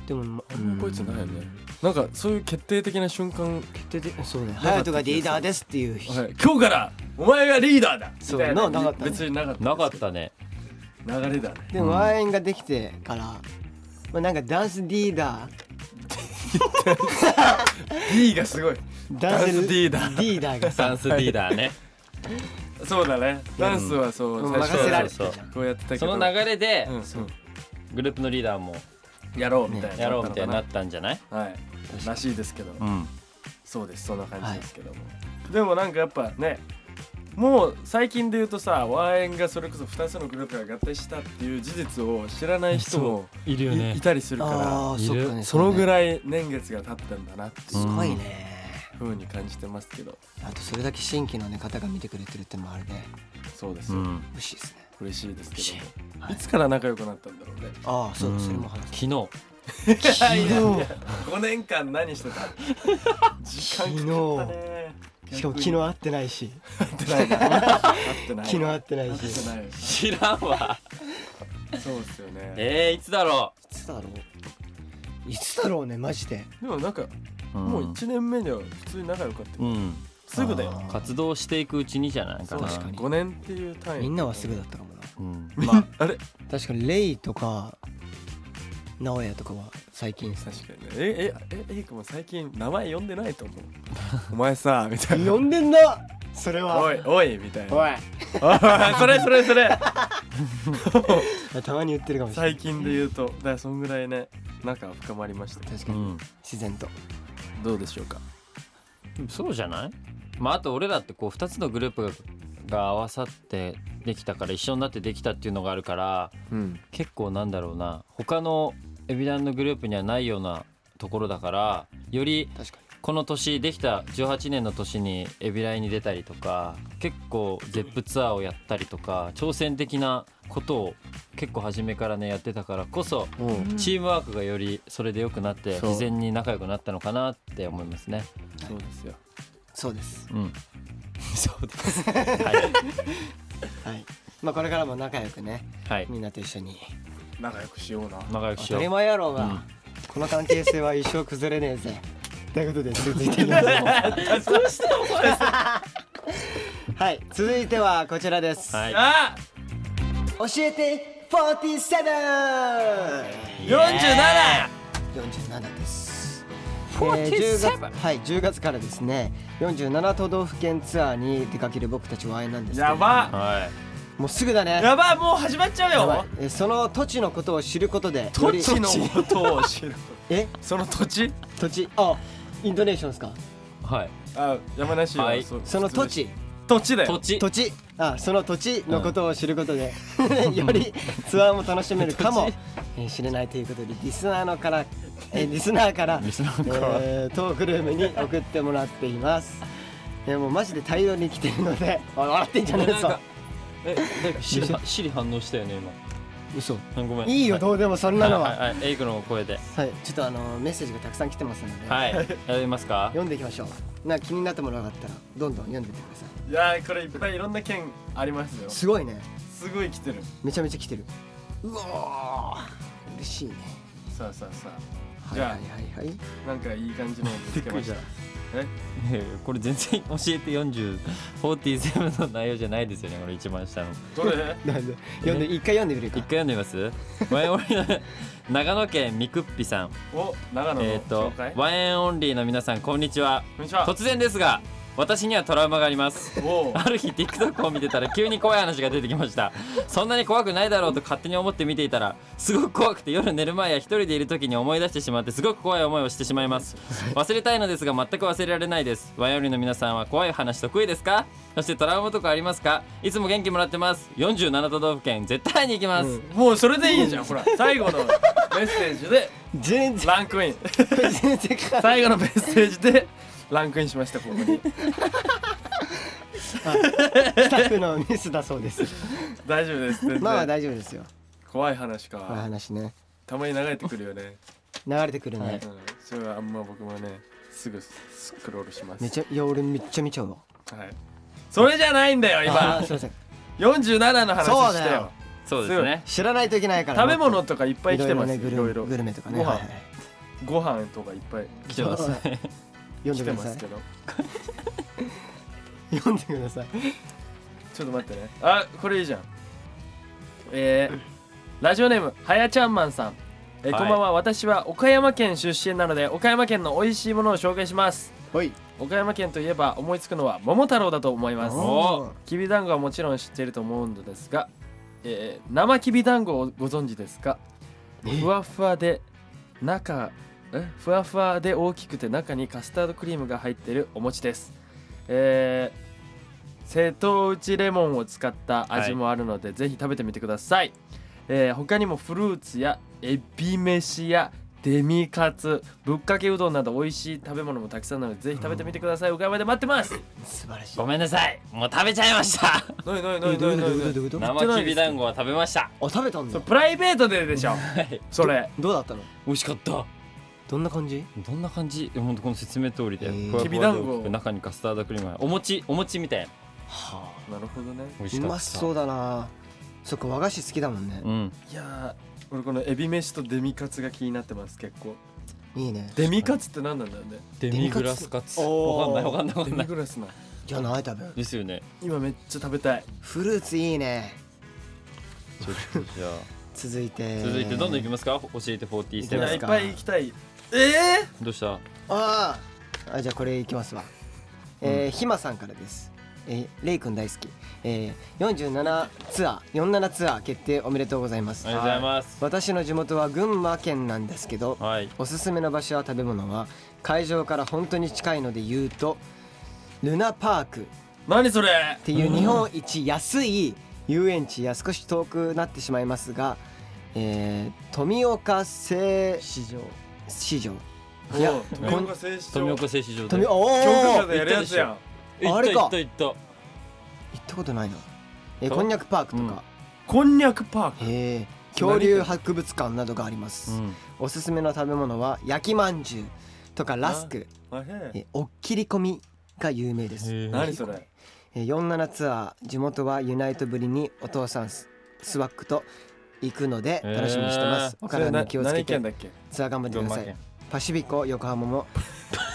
[SPEAKER 1] でも、ま、
[SPEAKER 3] あんま覚えてないよねなんかそういう決定的な瞬間
[SPEAKER 1] 決定的そうね隼人がリーダーですっていう日
[SPEAKER 3] はい、今日からお前がリーダーだ
[SPEAKER 1] そう
[SPEAKER 3] みたい
[SPEAKER 1] ななかったね
[SPEAKER 3] 別になかった
[SPEAKER 2] なかったね
[SPEAKER 3] 流れだね
[SPEAKER 1] でもワインができてから、まあ、なんかダンスリーダー
[SPEAKER 3] D がすごい
[SPEAKER 1] ダン
[SPEAKER 3] ダン
[SPEAKER 1] ス
[SPEAKER 3] スリーダー
[SPEAKER 1] リーダーが
[SPEAKER 2] ダ
[SPEAKER 1] さ
[SPEAKER 2] ンスリーダーね
[SPEAKER 3] そうだねダンスは そう、
[SPEAKER 1] もう
[SPEAKER 3] 最初
[SPEAKER 1] 任せられて
[SPEAKER 2] そう
[SPEAKER 1] た
[SPEAKER 2] そう
[SPEAKER 1] じゃん
[SPEAKER 3] こうやってたけ
[SPEAKER 2] そ
[SPEAKER 3] ど
[SPEAKER 2] の流れで
[SPEAKER 3] うんそう
[SPEAKER 2] グループのリーダーも
[SPEAKER 3] やろうみたいな、
[SPEAKER 2] やろうみたいになったんじゃない
[SPEAKER 3] はいらしいですけど、
[SPEAKER 2] うん
[SPEAKER 3] そうですそんな感じですけども、でもなんかやっぱねもう最近で言うとさワーエンがそれこそ2つのグループが合体したっていう事実を知らない人も
[SPEAKER 2] いる
[SPEAKER 3] い,、たりするか
[SPEAKER 1] ああ
[SPEAKER 2] い
[SPEAKER 1] そ
[SPEAKER 2] る
[SPEAKER 1] っかね
[SPEAKER 3] らそのぐ
[SPEAKER 1] い
[SPEAKER 3] らい年月が経ったんだなって
[SPEAKER 1] すごいね、
[SPEAKER 3] ふうに感じてますけど
[SPEAKER 1] あとそれだけ新規の、ね、方が見てくれてるってのもあれで
[SPEAKER 3] そうです
[SPEAKER 2] う
[SPEAKER 3] よ、
[SPEAKER 2] ん
[SPEAKER 1] 嬉しいですね
[SPEAKER 3] 嬉しいですけども
[SPEAKER 1] はい
[SPEAKER 3] いつから仲良くなったんだろうね
[SPEAKER 1] ああそうだ、
[SPEAKER 2] うん
[SPEAKER 1] それも話す
[SPEAKER 2] 昨日
[SPEAKER 1] 昨日
[SPEAKER 3] 5年間何してた時間かかったね
[SPEAKER 1] しかも昨日会ってないし
[SPEAKER 3] 会ってないな会ってない
[SPEAKER 1] 昨日会ってない
[SPEAKER 3] 会っ
[SPEAKER 1] して
[SPEAKER 3] ない
[SPEAKER 2] 知らんわ
[SPEAKER 3] そうですよね
[SPEAKER 2] えー、いつだろ
[SPEAKER 1] いつだろういつだろうねマジで
[SPEAKER 3] でもなんか
[SPEAKER 2] う
[SPEAKER 3] もう1年目では普通に仲良かった
[SPEAKER 2] う
[SPEAKER 3] よ
[SPEAKER 2] ん
[SPEAKER 3] すぐだよ
[SPEAKER 1] あー
[SPEAKER 2] 活動していくうちにじゃないかな
[SPEAKER 1] 確かに
[SPEAKER 3] 5年っていう単位
[SPEAKER 1] みんなはすぐだったかもな
[SPEAKER 2] うん
[SPEAKER 3] まああれ
[SPEAKER 1] 確かにレイとか直哉とかは最近さ
[SPEAKER 3] 確かにねええええいいかも最近名前呼んでないと思う お前さみたいな
[SPEAKER 1] 呼んでんなそれは
[SPEAKER 3] おいおいみたいな
[SPEAKER 1] お
[SPEAKER 3] おいそれそれそれ
[SPEAKER 1] いたまに言ってるかもしれない
[SPEAKER 3] 最近で言うとだからそんぐらいね仲は深まりました
[SPEAKER 1] 確
[SPEAKER 2] う
[SPEAKER 1] かに、
[SPEAKER 2] ん
[SPEAKER 1] 自然と
[SPEAKER 3] どうでしょうか
[SPEAKER 2] そうじゃないまああと俺らってこう2つのグループがが合わさってできたから一緒になってできたっていうのがあるから
[SPEAKER 3] うん
[SPEAKER 2] 結構なんだろうな他のエビダンのグループにはないようなところだからより
[SPEAKER 1] 確か
[SPEAKER 2] この年できた18年の年にエビライに出たりとか結構ゼップツアーをやったりとか挑戦的なことを結構初めからねやってからからこそ
[SPEAKER 3] もう
[SPEAKER 2] チームワークがよりそれで良くなって
[SPEAKER 3] そう
[SPEAKER 2] 自然に仲良くなったのかなって思いますね。
[SPEAKER 3] そうですよ
[SPEAKER 1] そうです
[SPEAKER 2] うん、そうです。はい、
[SPEAKER 1] はいまあこれからも仲良くね
[SPEAKER 2] はい、
[SPEAKER 1] みんなと一緒に
[SPEAKER 3] 仲良くしような
[SPEAKER 2] 仲良く
[SPEAKER 1] 当
[SPEAKER 2] しよ
[SPEAKER 1] た
[SPEAKER 2] う
[SPEAKER 1] り。前やろうが、
[SPEAKER 2] うん
[SPEAKER 1] この関係性は一生崩れねえぜということ で続いていきましょうはい続いてはこちらです、
[SPEAKER 2] はい
[SPEAKER 3] あ
[SPEAKER 1] 教えて 47! 47
[SPEAKER 3] 47
[SPEAKER 1] です。
[SPEAKER 2] 47
[SPEAKER 1] えー10月はい、10月からですね47都道府県ツアーに出かける僕たちは愛なんですけど
[SPEAKER 3] やば
[SPEAKER 2] は
[SPEAKER 1] もうすぐだね
[SPEAKER 3] やばもう始まっちゃ
[SPEAKER 1] や
[SPEAKER 3] う
[SPEAKER 1] ばい
[SPEAKER 3] よ
[SPEAKER 1] えーその土地のことを知ることで
[SPEAKER 3] 土地
[SPEAKER 1] より
[SPEAKER 3] のことを知る
[SPEAKER 1] え
[SPEAKER 3] その土地
[SPEAKER 1] 土地あイントネーションですか
[SPEAKER 2] はい
[SPEAKER 3] あ山梨は、
[SPEAKER 2] はい
[SPEAKER 1] その土地
[SPEAKER 3] 土地だよ
[SPEAKER 2] 土地
[SPEAKER 1] 土地あその土地のことを知ることで、 よりツアーも楽しめるかもえーしれないということでリスナーのから、えーリスナーから
[SPEAKER 2] リスナーから
[SPEAKER 1] えートークルームに送ってもらっています、えーもうマジで大量に来てるので おい笑ってんじゃねえぞ
[SPEAKER 2] ええシリシリ反応したよね
[SPEAKER 1] 嘘
[SPEAKER 2] 今ごめん
[SPEAKER 1] いいよどうでもそんなのは、
[SPEAKER 2] い
[SPEAKER 1] はい
[SPEAKER 2] いいエイクの声で
[SPEAKER 1] ちょっとあのメッセージがたくさん来てますので、
[SPEAKER 2] はいやりま すか
[SPEAKER 1] 読んでいきましょうなんか気になったものがあったらどんどん読んでってください
[SPEAKER 3] いやーこれいっぱいいろんな県ありますよ
[SPEAKER 1] すごいね
[SPEAKER 3] すごい来てる
[SPEAKER 1] めちゃめちゃ来てるうわー嬉しいね
[SPEAKER 3] さあさあさあ
[SPEAKER 1] はい
[SPEAKER 3] じゃ
[SPEAKER 1] は
[SPEAKER 3] あ
[SPEAKER 1] いはいはい
[SPEAKER 3] なんかいい感じのを見つけましたえ
[SPEAKER 2] えーこれ全然教えて4047の内容じゃないですよねこれ一番下の
[SPEAKER 3] どれ
[SPEAKER 1] なんで読んで一回読んでみる
[SPEAKER 2] 一
[SPEAKER 1] か。
[SPEAKER 2] 回読んでみますワンオンリーの長野県みくっぴさん
[SPEAKER 3] お長野の
[SPEAKER 2] えっ、と
[SPEAKER 3] 紹介、こ
[SPEAKER 2] ワンエンオンリーの皆さんこんにちは
[SPEAKER 3] んにちは
[SPEAKER 2] 突然ですが私にはトラウマがあります
[SPEAKER 3] おー
[SPEAKER 2] ある日 TikTok を見てたら急に怖い話が出てきましたそんなに怖くないだろうと勝手に思って見ていたらすごく怖くて夜寝る前や一人でいる時に思い出してしまってすごく怖い思いをしてしまいます忘れたいのですが全く忘れられないですワイオリンの皆さんは怖い話得意ですかそしてトラウマとかありますかいつも元気もらってます47都道府県絶対に行きます、
[SPEAKER 1] うん
[SPEAKER 3] もうそれでいいじゃんほら最後のメッセージで
[SPEAKER 1] 全然
[SPEAKER 3] ランクイン
[SPEAKER 1] 全然かか
[SPEAKER 3] 最後のメッセージでランクインしましたここに
[SPEAKER 1] スタッフのミスだそうです。
[SPEAKER 3] 大丈夫です全然
[SPEAKER 1] まあ大丈夫ですよ。
[SPEAKER 3] 怖い話か、
[SPEAKER 1] この話ね
[SPEAKER 3] たまに流れてくるよね、
[SPEAKER 1] 流れてくるね。
[SPEAKER 2] はい
[SPEAKER 3] うん、それはあんま僕もねすぐスクロールします
[SPEAKER 1] めちゃいや俺めっちゃ見ちゃうわ。
[SPEAKER 3] はい、それじゃないんだよ
[SPEAKER 1] あー
[SPEAKER 3] 今
[SPEAKER 1] すいません。
[SPEAKER 3] 47の話したよ
[SPEAKER 1] そうだよ
[SPEAKER 2] そうですね
[SPEAKER 1] 知らないといけないから。
[SPEAKER 3] 食べ物とかいっぱい来てます
[SPEAKER 1] いろいろねグルグルメとかね。
[SPEAKER 3] ご飯
[SPEAKER 1] はいはい
[SPEAKER 3] ご飯とかいっぱい
[SPEAKER 2] 来てますね
[SPEAKER 1] 読んで
[SPEAKER 3] 来て
[SPEAKER 1] く
[SPEAKER 3] ま
[SPEAKER 1] ださ
[SPEAKER 3] す
[SPEAKER 1] い
[SPEAKER 3] け。ど
[SPEAKER 1] 読んでください。
[SPEAKER 3] ちょっと待ってねあこれいいじゃんえー、ラジオネームはやちゃんまんさんえー
[SPEAKER 2] はい
[SPEAKER 3] こんばんは私は岡山県出身なので岡山県の美味しいものを紹介します
[SPEAKER 1] ほい。
[SPEAKER 3] 岡山県といえば思いつくのは桃太郎だと思います
[SPEAKER 2] お
[SPEAKER 1] ー
[SPEAKER 3] きびだんごはもちろん知っていると思うのですが、えー生きびだんごをご存知ですかふわふわで中えふわふわで大きくて中にカスタードクリームが入っているお餅です、えー瀬戸内レモンを使った味もあるので、ぜひ食べてみてください、えー他にもフルーツやエビ飯やデミカツぶっかけうどんなど美味しい食べ物もたくさんなのでぜひ食べてみてください、岡山で待ってます
[SPEAKER 1] 素晴らしい。
[SPEAKER 2] ごめんなさいもう食べちゃい ました
[SPEAKER 3] なになに
[SPEAKER 1] ど
[SPEAKER 3] な
[SPEAKER 1] ういう
[SPEAKER 3] に
[SPEAKER 1] こと
[SPEAKER 3] なに
[SPEAKER 1] ど
[SPEAKER 3] な
[SPEAKER 1] ういうことどういうことどういうこ
[SPEAKER 3] にな
[SPEAKER 2] 生きびだんごは食べました
[SPEAKER 1] とあ食べたん
[SPEAKER 3] そ
[SPEAKER 1] だ
[SPEAKER 3] う。プライベートででしょ
[SPEAKER 2] はい
[SPEAKER 3] それ
[SPEAKER 1] どうだったの？
[SPEAKER 2] 美味しかった
[SPEAKER 1] どんな感じ？
[SPEAKER 2] どんな感じ本当この説明通りで、
[SPEAKER 1] えー
[SPEAKER 2] ふわふわで
[SPEAKER 3] きびだんご
[SPEAKER 2] 大きく中にカスタードクリームがお餅お餅みたいな
[SPEAKER 1] はあ。
[SPEAKER 3] なるほどね
[SPEAKER 2] 美
[SPEAKER 1] う
[SPEAKER 2] 味しかった
[SPEAKER 1] まそうだな。そっか和菓子好きだもんね
[SPEAKER 2] う。ん
[SPEAKER 3] いやー俺このエビ飯とデミカツが気になってます結構
[SPEAKER 1] いいね。
[SPEAKER 3] デミカツって何なんだろうね
[SPEAKER 2] デ
[SPEAKER 1] ミ
[SPEAKER 2] ミ
[SPEAKER 1] グ
[SPEAKER 2] グ
[SPEAKER 1] ラ
[SPEAKER 2] ラ
[SPEAKER 1] ス
[SPEAKER 2] スカツ
[SPEAKER 1] おー
[SPEAKER 2] わかんないわかんないわか
[SPEAKER 3] デ
[SPEAKER 2] んな
[SPEAKER 3] ミ
[SPEAKER 2] い
[SPEAKER 3] グラスな
[SPEAKER 1] じゃない多分。
[SPEAKER 2] ですよね
[SPEAKER 3] 今めっちゃ食べたい
[SPEAKER 1] フルーツいいね。
[SPEAKER 2] ちょっとじゃあ
[SPEAKER 1] 続いて。
[SPEAKER 2] 続いてどんどんいき
[SPEAKER 1] ま
[SPEAKER 2] ますか教えて
[SPEAKER 1] いき
[SPEAKER 3] い
[SPEAKER 1] ま
[SPEAKER 3] や
[SPEAKER 1] す
[SPEAKER 3] い
[SPEAKER 2] 47
[SPEAKER 3] っぱい行きたいえ
[SPEAKER 2] どうした
[SPEAKER 1] あーあじゃあこれいきますわ、えーひまさんからですえー、レイくん大好き、えー、47ツアー47ツアー決定おめでとうございます
[SPEAKER 2] ありがとうございます
[SPEAKER 1] 私の地元は群馬県なんですけど
[SPEAKER 2] はい
[SPEAKER 1] おすすめの場所や食べ物は会場から本当に近いので言うとルナパークっ
[SPEAKER 3] ー、何それ
[SPEAKER 1] ていう日本一安い遊園地や少し遠くなってしまいますが、えー、富岡製
[SPEAKER 2] 市場
[SPEAKER 1] 市場い
[SPEAKER 3] い
[SPEAKER 1] や
[SPEAKER 3] や富
[SPEAKER 1] こん
[SPEAKER 3] 岡製糸
[SPEAKER 2] 富
[SPEAKER 3] 場
[SPEAKER 2] 岡製糸場で
[SPEAKER 1] 富
[SPEAKER 2] 行っ
[SPEAKER 1] おお
[SPEAKER 3] 教科書でやるやつやん
[SPEAKER 2] た
[SPEAKER 1] あれか
[SPEAKER 2] 行った行った行
[SPEAKER 1] 行
[SPEAKER 2] っ
[SPEAKER 1] ったことないなえー
[SPEAKER 2] と
[SPEAKER 1] こんにゃくパークとか、
[SPEAKER 3] こんにゃくパーク
[SPEAKER 1] へえ恐竜博物館などがあります、
[SPEAKER 2] たうん
[SPEAKER 1] おすすめの食べ物は焼きまんじゅうとかラスク
[SPEAKER 3] あれ
[SPEAKER 1] えおっきり込みが有名です、
[SPEAKER 2] へえ
[SPEAKER 3] 何それ
[SPEAKER 1] え47ツアー地元はユナイトぶりにお父さんススワックと行くので
[SPEAKER 2] へえ
[SPEAKER 1] 楽しみにしてます、お
[SPEAKER 3] それ
[SPEAKER 1] 体
[SPEAKER 3] な
[SPEAKER 1] に気をつけ
[SPEAKER 3] 何
[SPEAKER 1] て
[SPEAKER 3] 県だっけ
[SPEAKER 1] ツアー頑張って
[SPEAKER 2] 群
[SPEAKER 1] くだ
[SPEAKER 2] 馬
[SPEAKER 1] さ
[SPEAKER 2] 県
[SPEAKER 1] いパシフィコ横浜も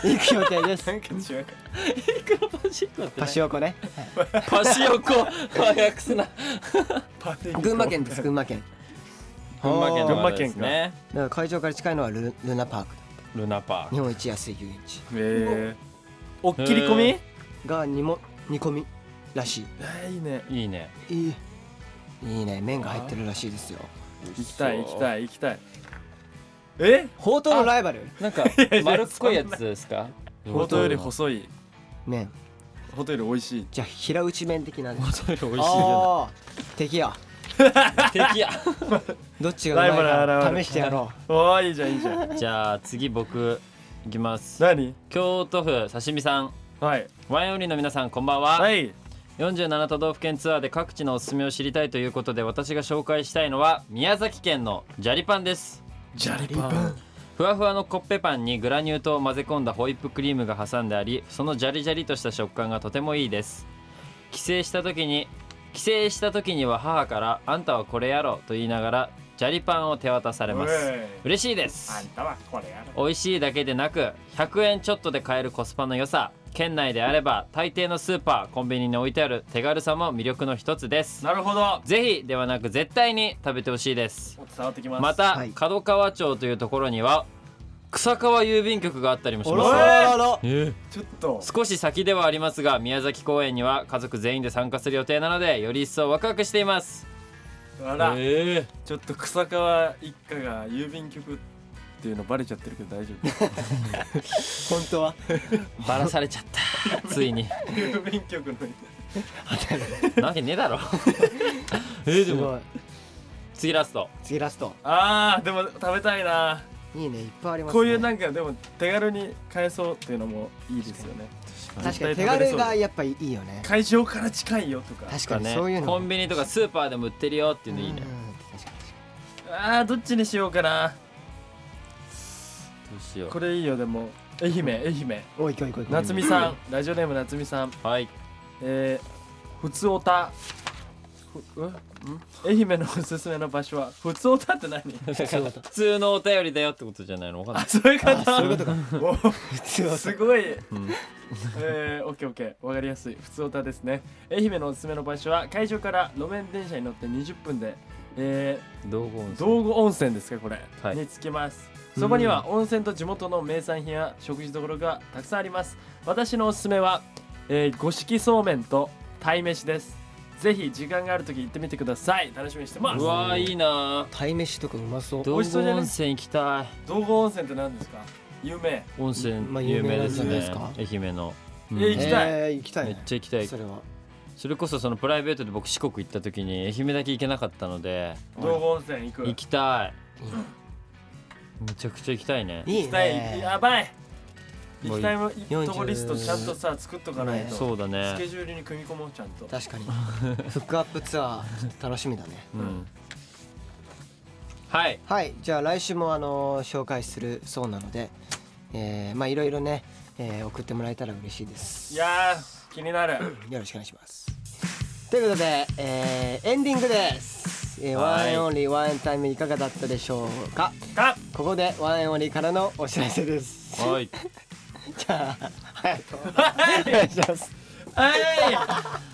[SPEAKER 1] 行く予定 です
[SPEAKER 3] 何県違うか
[SPEAKER 2] パシコって
[SPEAKER 1] パシオコね
[SPEAKER 2] パシオコ早くすな
[SPEAKER 3] パシフィコ
[SPEAKER 1] 群馬県です群馬県
[SPEAKER 2] 群馬県
[SPEAKER 1] だか
[SPEAKER 2] の
[SPEAKER 3] 群馬県か
[SPEAKER 2] 方ですね
[SPEAKER 1] ら会場から近いのはルルナパーク
[SPEAKER 2] ルナパー
[SPEAKER 1] 日
[SPEAKER 2] ク
[SPEAKER 1] 本一安い遊園地
[SPEAKER 3] えー、おっきり込み
[SPEAKER 2] へ
[SPEAKER 3] え
[SPEAKER 1] が煮も煮込みらしい
[SPEAKER 3] ーいいね
[SPEAKER 2] いいね
[SPEAKER 1] いいいいね麺が入ってるらしいですよ
[SPEAKER 3] 行きたい行きたい行きたいえ
[SPEAKER 1] ほうとうのライバル
[SPEAKER 2] なんか
[SPEAKER 3] やいや
[SPEAKER 2] 丸っこいやつですか
[SPEAKER 3] ほうとうより細い
[SPEAKER 1] ね
[SPEAKER 3] ほうとうより美味しい
[SPEAKER 1] じゃあ平打ち面的なね
[SPEAKER 2] ほうとうより美味しいじ
[SPEAKER 1] あ
[SPEAKER 2] ゃ
[SPEAKER 1] ー敵や
[SPEAKER 2] ない敵や
[SPEAKER 1] どっちがうまい
[SPEAKER 3] ライバル
[SPEAKER 1] か
[SPEAKER 3] 現る
[SPEAKER 1] 試してやろ
[SPEAKER 3] おーいいじゃんいいじゃん
[SPEAKER 2] じゃあ次僕いきます
[SPEAKER 3] 何
[SPEAKER 2] 京都府刺身さん
[SPEAKER 3] はい
[SPEAKER 2] ワインオンリーの皆さんこんばんは、
[SPEAKER 3] はい
[SPEAKER 2] 47都道府県ツアーで各地のおすすめを知りたいということで私が紹介したいのは宮崎県のジャリパンです
[SPEAKER 3] ジャリ
[SPEAKER 1] パン
[SPEAKER 2] ふわふわのコッペパンにグラニュー糖を混ぜ込んだホイップクリームが挟んでありそのジャリジャリとした食感がとてもいいです帰省した時に帰省した時には母から「あんたはこれやろ」と言いながらジャリパンを手渡されます嬉しいです
[SPEAKER 3] たはこれやろ
[SPEAKER 2] 美味しいだけでなく100円ちょっとで買えるコスパの良さ県内であれば大抵のスーパーコンビニに置いてある手軽さも魅力の一つです
[SPEAKER 3] なるほど
[SPEAKER 2] ぜひではなく絶対に食べてほしいです
[SPEAKER 3] 伝わってきます
[SPEAKER 2] また
[SPEAKER 1] はい
[SPEAKER 2] 角川町というところには草川郵便局があったりも
[SPEAKER 1] う
[SPEAKER 2] し
[SPEAKER 1] お
[SPEAKER 2] ま
[SPEAKER 1] ろ
[SPEAKER 2] す
[SPEAKER 1] ろろろ
[SPEAKER 2] え
[SPEAKER 3] ちょっと
[SPEAKER 2] え少し先ではありますが宮崎公園には家族全員で参加する予定なのでより一層ワクワクしています
[SPEAKER 3] あら、
[SPEAKER 2] え
[SPEAKER 3] ちょっと草川一家が郵便局っていうのバレちゃってるけど大丈 夫
[SPEAKER 1] 本当は
[SPEAKER 2] えバラされちゃったついに
[SPEAKER 3] 郵便局の
[SPEAKER 2] なわけねえだ ろええ
[SPEAKER 1] すごい
[SPEAKER 2] 次ラスト
[SPEAKER 1] 次ラスト
[SPEAKER 3] あーでも食べたいない
[SPEAKER 1] いねいっぱいありますね
[SPEAKER 3] こういうなんかでも手軽に買えそうっていうのもいいですよね
[SPEAKER 1] 確かに
[SPEAKER 3] 絶
[SPEAKER 1] 手
[SPEAKER 3] 対食べれ
[SPEAKER 1] 軽
[SPEAKER 3] そう
[SPEAKER 1] がやっぱいいよね
[SPEAKER 3] 会場から近いよとか
[SPEAKER 1] 確
[SPEAKER 2] か
[SPEAKER 1] かにそういうの
[SPEAKER 2] コンビニとかスーパーでも売ってるよっていうのいい
[SPEAKER 1] う。
[SPEAKER 2] ね
[SPEAKER 1] ん確かに
[SPEAKER 3] あーどっちにしよう かな
[SPEAKER 2] どうしよ
[SPEAKER 3] これいいよでも愛媛愛媛
[SPEAKER 1] おいこいこいこい
[SPEAKER 3] 夏美さんラジオネーム夏美さん
[SPEAKER 2] う。はい。
[SPEAKER 3] えー、ふつおたふうん愛媛のおすすめの場所はふつおたって何
[SPEAKER 2] 普通のお便りだよってことじゃないのわかんな
[SPEAKER 3] あ
[SPEAKER 2] い。
[SPEAKER 3] そういうこ
[SPEAKER 1] あ
[SPEAKER 3] と
[SPEAKER 1] そういうことか
[SPEAKER 3] お
[SPEAKER 1] 普通は
[SPEAKER 3] すごい、
[SPEAKER 2] ん
[SPEAKER 3] えー、オッケーオッケーわかりやすい普通歌ですね愛媛のおすすめの場所は会場から路面電車に乗って20分で、え
[SPEAKER 2] 道後温
[SPEAKER 3] ー、
[SPEAKER 2] 泉
[SPEAKER 3] 道後温泉ですかこれ、
[SPEAKER 2] はい
[SPEAKER 3] に着きますそこには温泉と地元の名産品や食事どころがたくさんあります私のおすすめは、えー、五色そうめんと鯛めしですぜひ時間がある時行ってみてください楽しみにしてます
[SPEAKER 2] うわーいいな
[SPEAKER 1] 鯛飯とかうまそう
[SPEAKER 2] ー。道
[SPEAKER 3] 美味しそ
[SPEAKER 2] 後
[SPEAKER 3] うじゃない
[SPEAKER 2] 温泉行きたい。
[SPEAKER 3] 道後温泉って何ですか有名
[SPEAKER 2] 温泉
[SPEAKER 1] まあ
[SPEAKER 2] 有名です
[SPEAKER 1] 有名な
[SPEAKER 2] ね
[SPEAKER 1] んじゃない。
[SPEAKER 2] 愛媛の。
[SPEAKER 3] ん
[SPEAKER 2] うん
[SPEAKER 3] え行きたい
[SPEAKER 1] えー行きたい
[SPEAKER 2] めっ
[SPEAKER 1] ね
[SPEAKER 2] ちゃ行きたい
[SPEAKER 1] そ。れは
[SPEAKER 2] それこそそのプライベートで僕四国行った時に愛媛だけ行けなかったので
[SPEAKER 3] 道後温泉行く
[SPEAKER 2] 行きたい。めちゃくちゃ行きたいね。
[SPEAKER 1] いい
[SPEAKER 3] 行きたい
[SPEAKER 1] ね
[SPEAKER 3] やばい行
[SPEAKER 2] も
[SPEAKER 3] き
[SPEAKER 2] うい
[SPEAKER 3] たいもんとこリスト
[SPEAKER 1] 40
[SPEAKER 3] ちゃんとさ作っとかないと、
[SPEAKER 2] そうだ
[SPEAKER 3] スケ
[SPEAKER 2] ね。
[SPEAKER 3] ジュールに組み込もうちゃんと
[SPEAKER 1] 確かにフックアップツアーちょっと楽しみだね
[SPEAKER 2] うん。はい。
[SPEAKER 1] はいじゃあ来週もあのー紹介するそうなのでえーまあいろいろねえー送ってもらえたら嬉しいです
[SPEAKER 3] い
[SPEAKER 1] よ
[SPEAKER 3] やー気にな る
[SPEAKER 1] ろしくお願いしますということでえーエンディングですえー
[SPEAKER 2] は
[SPEAKER 1] ワン
[SPEAKER 2] い
[SPEAKER 1] エンオンリーワンエンタイムいかがだったでしょうか
[SPEAKER 3] か
[SPEAKER 1] ここでワンエンオンリーからのお知らせです
[SPEAKER 2] はい。
[SPEAKER 1] じゃあ隼人お願いします
[SPEAKER 3] はい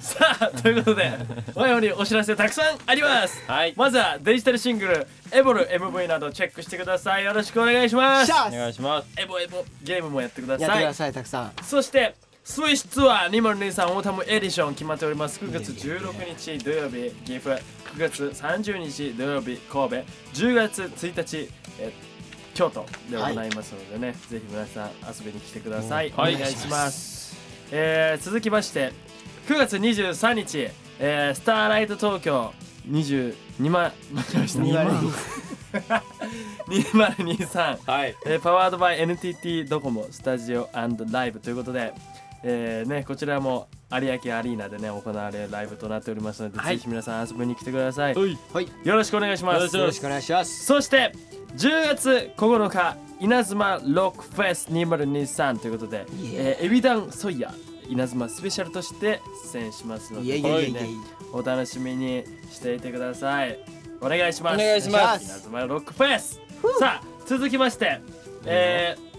[SPEAKER 3] さあということで我よりお知らせたくさんあります
[SPEAKER 2] はい。
[SPEAKER 3] まずはデジタルシングル「エボル MV などチェックしてくださいよろしくお願いします
[SPEAKER 1] シャ
[SPEAKER 2] お願いします。
[SPEAKER 3] エボエボゲームもやってくだ
[SPEAKER 1] やって
[SPEAKER 3] さ
[SPEAKER 1] く
[SPEAKER 3] い
[SPEAKER 1] ださいたくさん
[SPEAKER 3] そしてスイスツアー2023オータムエディション決まっております9月16日土曜日岐阜9月30日土曜日神戸10月1日え京都で行いますのでね、ぜひ皆さん遊びに来てください、
[SPEAKER 2] はい
[SPEAKER 3] お願いします、えー続きまして9月23日、えースターライト東京22万間違えました
[SPEAKER 1] 二割
[SPEAKER 3] 2023
[SPEAKER 2] はい。
[SPEAKER 3] えーパワードバイ NTT ドコモスタジオライブということで、えーね、こちらも有明アリーナで、ね、行われるライブとなっておりますので、
[SPEAKER 2] はい
[SPEAKER 3] ぜひ皆さん遊びに来てください
[SPEAKER 2] はい。
[SPEAKER 1] はいよ
[SPEAKER 3] よろしくお願いしま
[SPEAKER 2] よろ
[SPEAKER 3] す
[SPEAKER 2] しくお願
[SPEAKER 1] ろしくお願いします
[SPEAKER 3] そして10月9日稲妻ロックフェス2023ということで、
[SPEAKER 1] イエ
[SPEAKER 3] えーエビダンソイヤ稲妻スペシャルとして出演しますの
[SPEAKER 1] いや
[SPEAKER 3] で
[SPEAKER 1] いやいやい
[SPEAKER 3] ぜ
[SPEAKER 1] や
[SPEAKER 3] ひねお楽しみにしていてくださいお願いします
[SPEAKER 2] お願いします
[SPEAKER 3] 稲妻ロックフェスさあ続きまして、えー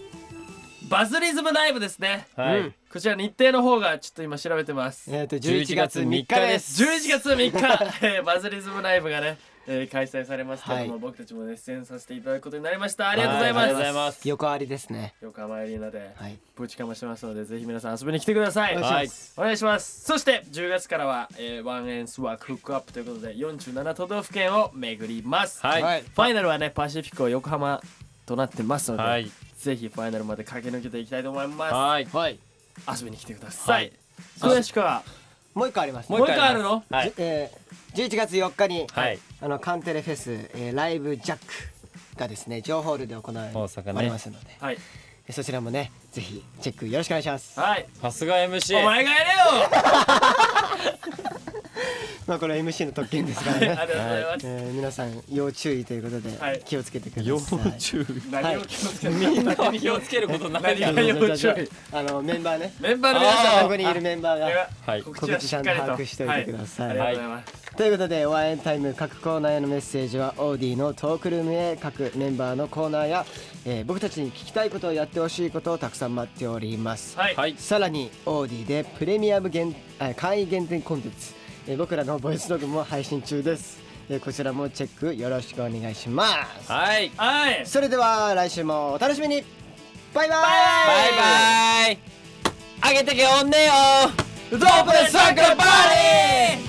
[SPEAKER 3] バズリズムライブですね、
[SPEAKER 2] は
[SPEAKER 1] う
[SPEAKER 2] い
[SPEAKER 1] ん。
[SPEAKER 3] こちら日程の方がちょっと今調べてます
[SPEAKER 1] えっと
[SPEAKER 2] 11
[SPEAKER 1] 11
[SPEAKER 2] 月
[SPEAKER 1] 月
[SPEAKER 2] 3
[SPEAKER 1] 3
[SPEAKER 2] 日
[SPEAKER 1] 日
[SPEAKER 2] で
[SPEAKER 1] ですす
[SPEAKER 3] 11月3日、えーバズリズムライブがね、えー開催されますけれども、
[SPEAKER 1] はい
[SPEAKER 3] 僕たちもね出演させていただくことになりましたあ
[SPEAKER 2] あ
[SPEAKER 3] りがとうございます,、
[SPEAKER 2] りがとうございます。
[SPEAKER 1] 横ありですね
[SPEAKER 3] 横浜アリーナで
[SPEAKER 1] はい
[SPEAKER 3] ぶちかましてますのでぜひ皆さん遊びに来てください
[SPEAKER 1] お願いします
[SPEAKER 3] お願いしますそして10月からは、えーワンエンスワークフックアップということで47都道府県を巡ります
[SPEAKER 2] はい。
[SPEAKER 1] はい
[SPEAKER 3] ファイナルはねパシフィコ横浜となってますので、
[SPEAKER 2] はい
[SPEAKER 3] ぜひファイナルまで駆け抜けていきたいと思いま
[SPEAKER 2] はい
[SPEAKER 1] はい
[SPEAKER 3] す遊びに来てくださ
[SPEAKER 2] はいい、
[SPEAKER 3] 詳しくは
[SPEAKER 1] もう一個あります
[SPEAKER 2] も
[SPEAKER 3] も
[SPEAKER 2] う
[SPEAKER 3] う
[SPEAKER 2] 一
[SPEAKER 3] 一
[SPEAKER 2] 回
[SPEAKER 3] 回
[SPEAKER 2] あ
[SPEAKER 3] あ
[SPEAKER 2] る
[SPEAKER 3] る
[SPEAKER 2] の
[SPEAKER 3] の
[SPEAKER 2] はい
[SPEAKER 1] じえー、11月4日に、
[SPEAKER 2] はい
[SPEAKER 1] あのカンテレフェス、えーライブジャックがですね情報ホールで行われ
[SPEAKER 2] 大阪ね
[SPEAKER 1] われますので、
[SPEAKER 3] はい
[SPEAKER 1] えそちらもねぜひチェックよろしくお願いします、
[SPEAKER 3] はい
[SPEAKER 2] さすが
[SPEAKER 3] お
[SPEAKER 2] MC
[SPEAKER 3] 前がや
[SPEAKER 1] まあ、これ MC の特権ですから
[SPEAKER 3] れ
[SPEAKER 1] ね
[SPEAKER 3] よありがとうございます、
[SPEAKER 1] えー皆さん要注意ということで、
[SPEAKER 3] はい
[SPEAKER 1] 気をつけてください
[SPEAKER 2] 要注意
[SPEAKER 3] 何を気をつけて、
[SPEAKER 2] みんなは気をつけることの中にあ
[SPEAKER 3] 何が要
[SPEAKER 2] る
[SPEAKER 3] 注意
[SPEAKER 1] じゃあじゃあじゃああのメンバーね
[SPEAKER 3] メンバーの皆さん
[SPEAKER 1] こ
[SPEAKER 2] あ
[SPEAKER 1] こにいるメンバーが
[SPEAKER 2] はい
[SPEAKER 3] 告知はしっかりと
[SPEAKER 1] 告知ちゃんと把握しといてください
[SPEAKER 3] はありがとうございます、
[SPEAKER 1] ということで応援タイム各コーナーへのメッセージはオーディのトークルームへ各メンバーのコーナーや、えー僕たちに聞きたいことをやってほしいことをたくさん待っております、
[SPEAKER 3] はい
[SPEAKER 2] はい
[SPEAKER 1] さらにオーディでプレミアム限あ会員限定コンテンツ、えー僕らのボイスログも配信中です、えーこちらもチェックよろしくお願いします
[SPEAKER 2] はい
[SPEAKER 3] はい
[SPEAKER 1] それでは来週もお楽しみにバイバイ
[SPEAKER 2] バイバイあげてけおんねよ
[SPEAKER 1] ドープでサンクラバ
[SPEAKER 2] ー